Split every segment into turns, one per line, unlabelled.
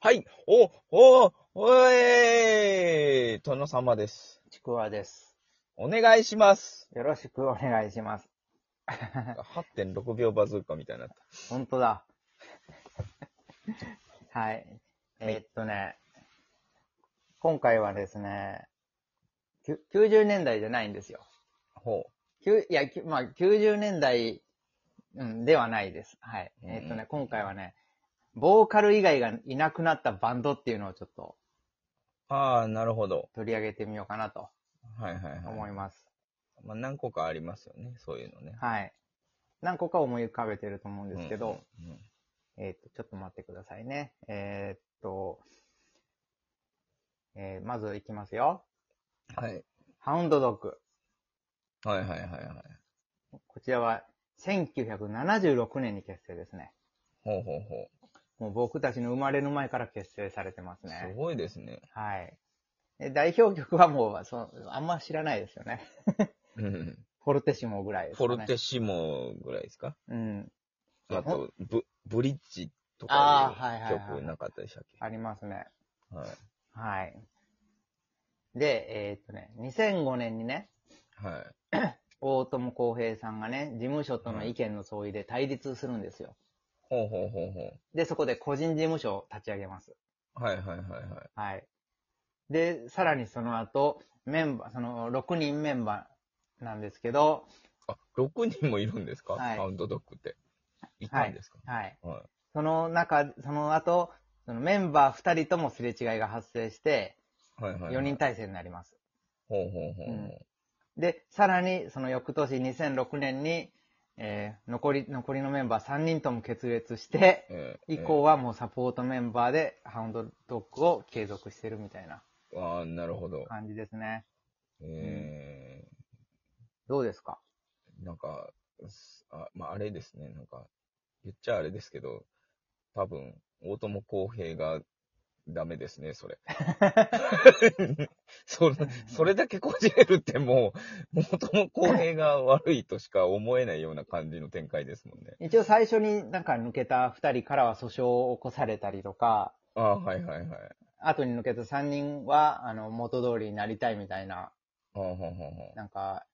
はい、お、お、おえー、殿様です。
ちくわです。
お願いし ます。
よろしくお願いします。
8.6秒バズーカみたいになった。
ほんとだ。 はい。えーっとね、今回はですね、きゅ90年代じゃないんですよ。
ほ
きゅいや、きゅまあ、90年代、うん、ではないです。はい。
うん
えーっとね、今回はね、ボーカル以外がいなくなったバンドっていうのをちょっと
う。あー、なるほど。
取り上げてみようかなと
はいはい
思
はい
ます。
い。まあ、何個かありますよね、そういうのね。
はい。何個か思い浮かべてると思うんですけど、
うん、うん
えーっと、ちょっと待ってくださいね。えーっと、えーまずいきますよ。
はい。
ハウンドドッグ。
はいはいはいはい。
こちらは1976年に結成ですね。
ほうほうほう。
もう僕たちの生まれる前から結成されてます
す
ね。
ごいですね。
はい。で代表曲はもうそ、あんま知らないですよね。
うん。
フォルテシモぐらいです
フォ
かね。
ルテシモぐらいですか
うん。
あ
ほ
と、ブ、ブリッジと
あ
か
ーはいはい
い
は
う
い
曲なかったでしたっけ
ありますね。
はい。
はい。で、えーっとね、2005年にね、
はい。
大友康平さんがね、事務所との意見の相違で対立するんですよ。
ほうほうほうほ
で、そこで個人事務所を立ち上げます。
う。はいはいはいはい。
はい。で、さらにその後、メンバー、その6人メンバーなんですけど、
あ、6人もいるんですか、
はい
ハウンドドッグって。いたんですか、
はい。
はい、
その中、その後、そのメンバー2人ともすれ違いが発生して、
はい、はいはい。
4人。体制になります。
ほうほうほうほう。
うんで、さらに、その翌年2006年に、えー残り、残りのメンバー3人とも決裂して、
ええ
以降はもうサポートメンバーでハウンドドッグを継続してるみたいな
ええああ、なるほど。
感じですね。
え
どうです か
ー、なんか、すあまあ、あれですね、なんか、言っちゃあれですけど、多分、大友康平がダメですね、そ れ。それ、それだけこじれるってもう、大友康平が悪いとしか思えないような感じの展開ですもんね。
一応最初になんか抜けた2人からは訴訟を起こされたりとか、
ああ、はいはいはい。
後に抜けた3人は、あの、元通りになりたいみたい
あ
な、
あ、ほうほうほう。
なんか、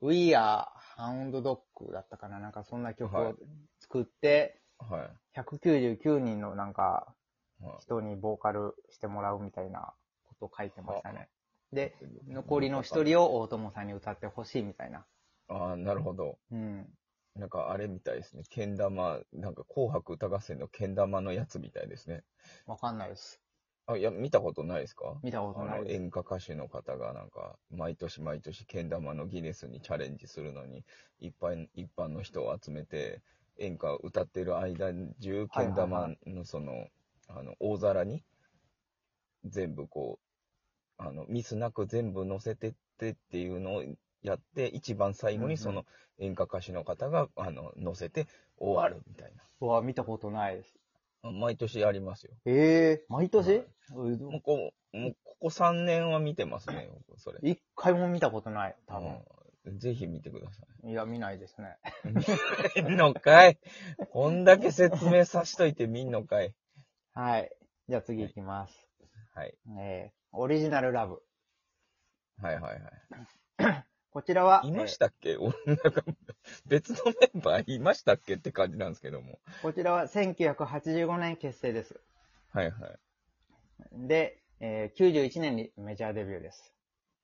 We are Hound Dog だったかななんかそんな曲
は
を
い
作って、
はい。
199人のなんか
はい
人にボーカルしてもらうみたいなことを書いてましたね。で、残りの1
を。
人を大友さんに歌ってほしいみたいな。
ああ、なるほど。
うん。
なんかあれみたいですね。けん玉、なんか紅白歌合戦のけん玉のやつみたいですね。
わかんないです。
あ、いや、見たことないですか
見たこと
あ
ない
の、
です。
演歌歌手の方がなんか、毎年毎年けん玉のギネスにチャレンジするのに、一般、一般の人を集めて、演歌を歌ってる間中、けん
はいは
玉のその、あの、大皿に、全部こう、あの、ミスなく全部乗せてってっていうのをやって、一番最後
うんう
に
ん
その演歌歌手の方が、あの、乗せて終わるみたいう
わ、見たことないです。
な。毎年やりますよ。
ええ毎年、
もうこう、もうここ3年は見てますね、それ。
一回も見たことない、多分。
分。ぜひ見てくださ
いや、見ないですね。
い。見んのかいこんだけ説明さしといて見んのかい
はい。じゃあ次行きます。
はい。
えー、オリジナルラブ。
はいはいはい。
こちらは、
いまし
え
たっけ、俺なんか、別のメンバーいましたっけって感じなんですけども。
ーこちらは1985年結成です。
はいはい。
で、えー、91年にメジャーデビューです。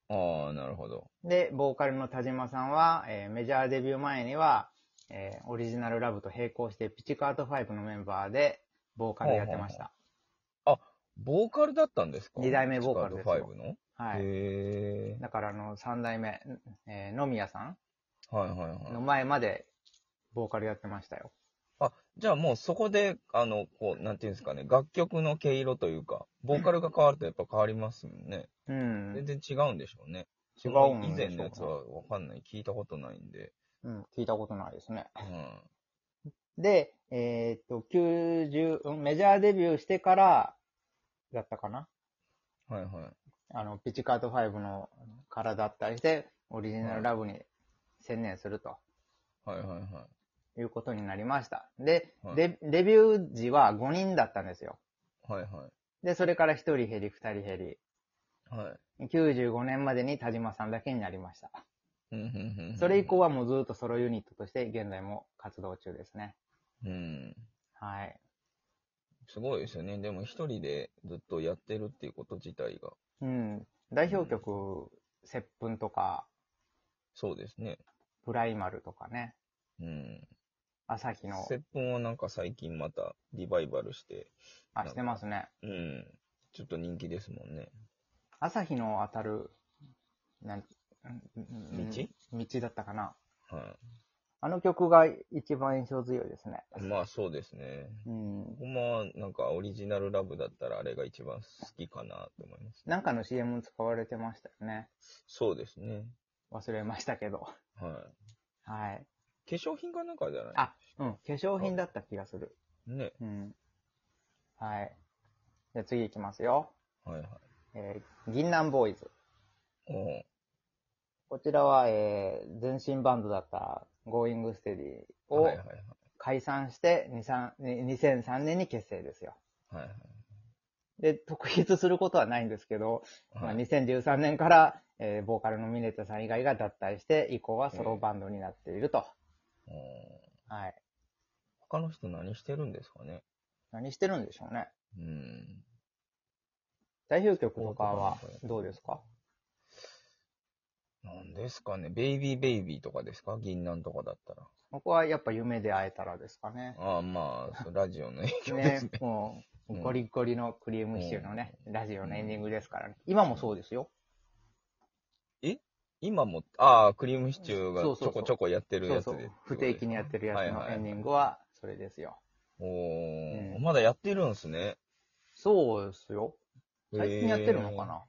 ああ、なるほど。
で、ボーカルの田島さんは、えーメジャーデビュー前には、えーオリジナルラブと並行してピチカート5のメンバーで、ボーカルやってました。
ボーカルだったんですか
二代目ボーカルですよ
スカート5の、
はい。
へえ。
だから、あの、三代目、えー、野宮さん
はいはい
の
はい。
前まで、ボーカルやってましたよ。
あ、じゃあもうそこで、あの、こう、なんていうんですかね、楽曲の毛色というか、ボーカルが変わるとやっぱ変わりますもんね。
うん。
全然違うんでしょうね。
違うん
以前
でし
の
ょ
や
う
つ
か
はわかんない。聞いたことないんで。
うん、聞いたことないですね。
うん。
で、えーっと、90、うんメジャーデビューしてから、だったかな
はいはい。
あの、ピチカート5のからだったりして、オリジナルラブに専念すると
はいはいはい。
いうことになりました。で、
はい
デデビュー時は5人だったんですよ。
はいはい。
で、それから1人減り、2人減
は
り、95年までに田島さんだけになりました。
い。うんうんうん
それ以降。はもうずっとソロユニットとして現在も活動中ですね。
うん。
はい。
すごいですよね。でも一人でずっとやってるっていうこと自体が。
うん。代表曲、接吻とか、
そうですね。
プライマルとかね、
うん。
朝日の、
接吻はなんか最近またリバイバルして、
あ、してますね。
うん。ちょっと人気ですもんね。
朝日の当たる、なん、んん
道
道だったかな。
は
あの曲が一番印象強いですね。
い。まあそうですね。
うん。
ほんまはなんかオリジナルラブだったらあれが一番好きかなと思います。
なんかの CM 使われてましたよね。
そうですね。
忘れましたけど。
は
はい。
い。化粧品かなんかじゃない
あ、うん。化粧品だった気がする。
ね。
うん。はい。じゃあ次行きますよ。
はいはい。
えー、銀杏ボーイズ。
おう
こちらは、えー、前身バンドだった Going Steady を
はいはいはい。
解散して2 3 2003年に結成ですよ。
はいはい
で、特筆することはないんですけど、ま
は
あ、
い。
2013年から、えーボーカルのミネタさん以外が脱退して、以降はソロバンドになっていると。
おう
はい。
他の人何してるんですかね
何してるんでしょうね。
うん。
代表曲とかはどうですか
なんですかね。ベイビーベイビーとかですか銀杏とかだったら。
僕はやっぱ夢で会えたらですかね。
ああ、まあ、そうラジオの影響で
ね
すね。、
もう、
うん
ゴリゴリのクリームシチューのね、ラジオのエンディングですからね。今もそうですよ。
今も、ああ、クリームシチューがち
そ
ょ
うそうそう
こちょこやってる
そう
やつで
そ
って
う
こ。
不
とで
定期にやってるやつのエンディングは、それですよ。
おー、
うん
まだやってるんですね。
そうですよ。最近やってるのか
へー
な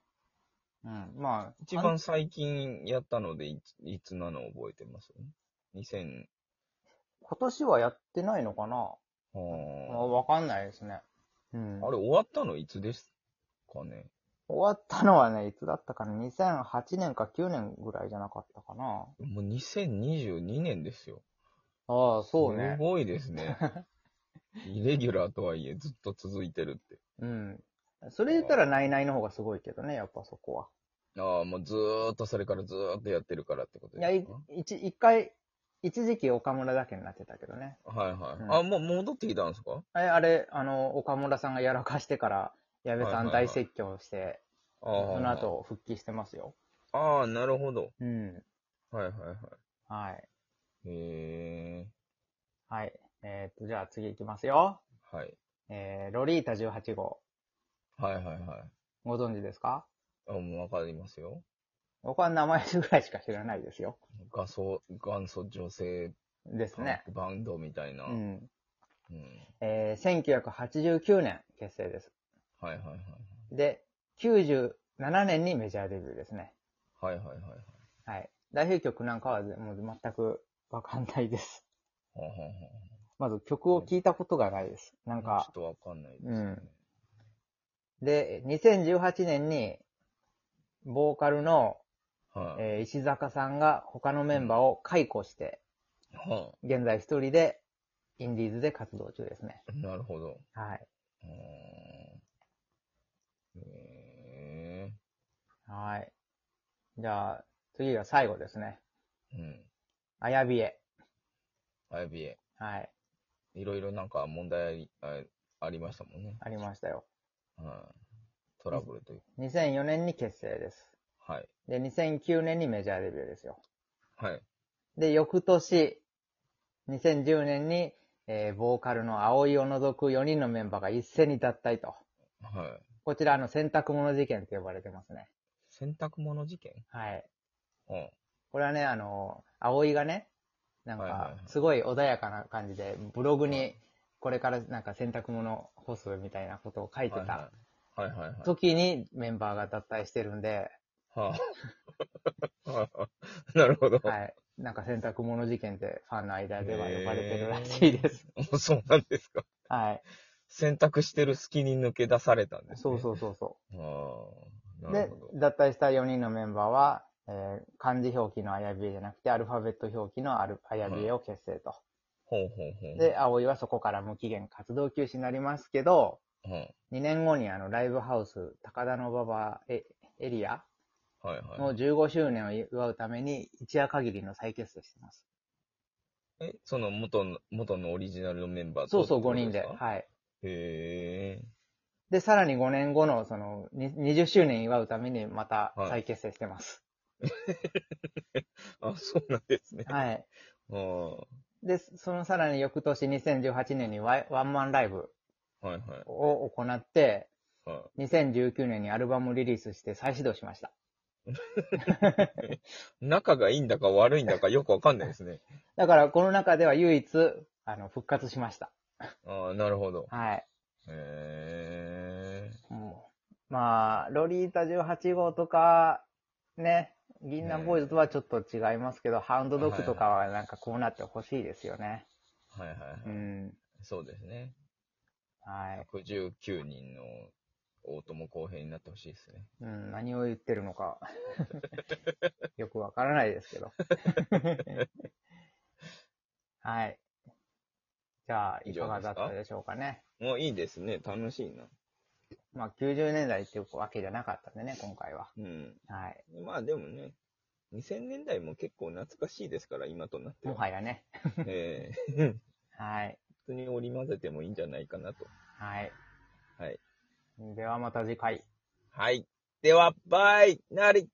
うん、まあ、
一番最近やったのでいつ、いつなの覚えてます ?2000、
今年はやってないのか
あ
なま
ー
あわかんないですね。うん。
あれ終わったのいつですかね
終わったのはね、いつだったかな ?2008 年か9年ぐらいじゃなかったかな
もう2022年ですよ。
ああ、そうね
す。ごいです ね。イレギュラーとはいえずっと続いてるって。
うん。それ言ったら、ナイナイの方がすごいけどね、やっぱそこは。
ああ、もうずーっとそれからずーっとやってるからってこと
い
で
や、
す
い
か
一一回、一時期岡村だけになってたけどね。
はいはい。
うん
あ、もう戻ってきたんですか
あれ、あれ、あの、岡村さんがやらかしてから、矢部
はい
さん
はいはい
大説教して、
ああ。
その。後復帰してますよ。
ああ、なるほど。
うん。
はいはいはい。
はい。
へえ。
はい。えーっと、じゃあ次行きますよ。
はい。
えー、ロリータ18号。
はいはいはい。
ご存知ですか
あもうわかりますよ。
僕は名前ぐらいしか知らないですよ。
元祖、元祖女性
です
パ
ね
ン。クバンドみたいな。う
う
ん。
ん。えー、1989年結成です。
はいはいはい。
で、97年にメジャーデビューですね。
はいはいはいはい。
はい。代表曲なんかはぜもう全くわかんないです。
ははは
まず曲を聴いたことがないです。なん
はちょ
か
っ、とわかんないですね。
うんで、2018年に、ボーカルの、
はい。
えー石坂さんが他のメンバーを解雇して、
は
現在一人でインディーズで活動中ですね。
あ、なるほど。
はい。
うーんへ
はい。じゃあ、次が最後ですね。
え。うん。
あやびえ。
アイビエ。
はい。
いろいろなんか問題ありあありましたもんね。
ありましたよ。
はい。トラブルという。
2004年に結成です。
はい。
で、2009年にメジャーデビューですよ。
はい。
で、翌年、2010年に、えーボーカルの葵を除く4人のメンバーが一斉に脱退と。
はい。
こちら、あの、洗濯物事件って呼ばれてますね。
洗濯物事件
はい。
うん。
これはね、あの、葵がね、なん
はいはい
か
は、い
すごい穏やかな感じで、ブログに、これからなんか洗濯物干すみたいなことを書いてた
はいはい。はいはいはい。
時にメンバーが脱退してるんで、
はあ、はあなるほど。
はい。なんか洗濯物事件ってファンの間では呼ばれてるらし いです。
もうそうなんですか。
はい。
洗濯してる隙に抜け出されたんです、ね。。
そうそうそうそう
ああ、
う。
な
で
るほ、
脱退した4人のメンバーは、えー漢字表記のあやびえじゃなくて、アルファベット表記のあるあやびえを結成
ど。
と。
ほうほうほう。
で、葵はそこから無期限活動休止になりますけど、
うん。はい
2年後にあのライブハウス高田の馬場エエリア
は
の15周年を祝うために一夜限りの再結成してます。
い。え、その元の、元のオリジナルのメンバーと
そうそう、
ってこ
5
と
人
す
で。
か
はい。
へえ。
で、さらに5年後の、その、に20周年祝うためにまた
はい
再結成してます。
あ、そうなんですね。
はい。
ああ。は
で、そのさらに翌年2018年にワイワンマンライブ
いはい。
を行って、
はい
2019年にアルバムリリースして再始動しました。
仲がいいんだか悪いんだかよくわかんないですね。
だから、この中では唯一、あの、復活しました。
ああ、なるほど。
はい。
へえ。
もうまあ、ロリータ18号とか、ね、銀杏ボーイズとはちょっと違いますけど、ハウンドドッグとかはなんかこうなってほしいですよね。
はいはいは
う
い。
ん。
そうですね。
はい。
119人の大友公平になってほしいですね。
うん、何を言ってるのか、 よくわからないです けど。はい。じゃあ、いかがだったでしょうかね。
もういいですね。楽しいな。
まあ、90年代っていうわけじゃなかったんでね、今回は。
うん。
はい。
まあでもね、2000年代も結構懐かしいですから、今となって
も
は。
はやね。
ええ
はい。
普通に織り交ぜてもいいんじゃないかなと。
はい。
はい。
ではまた次回。
はい。では、バイなり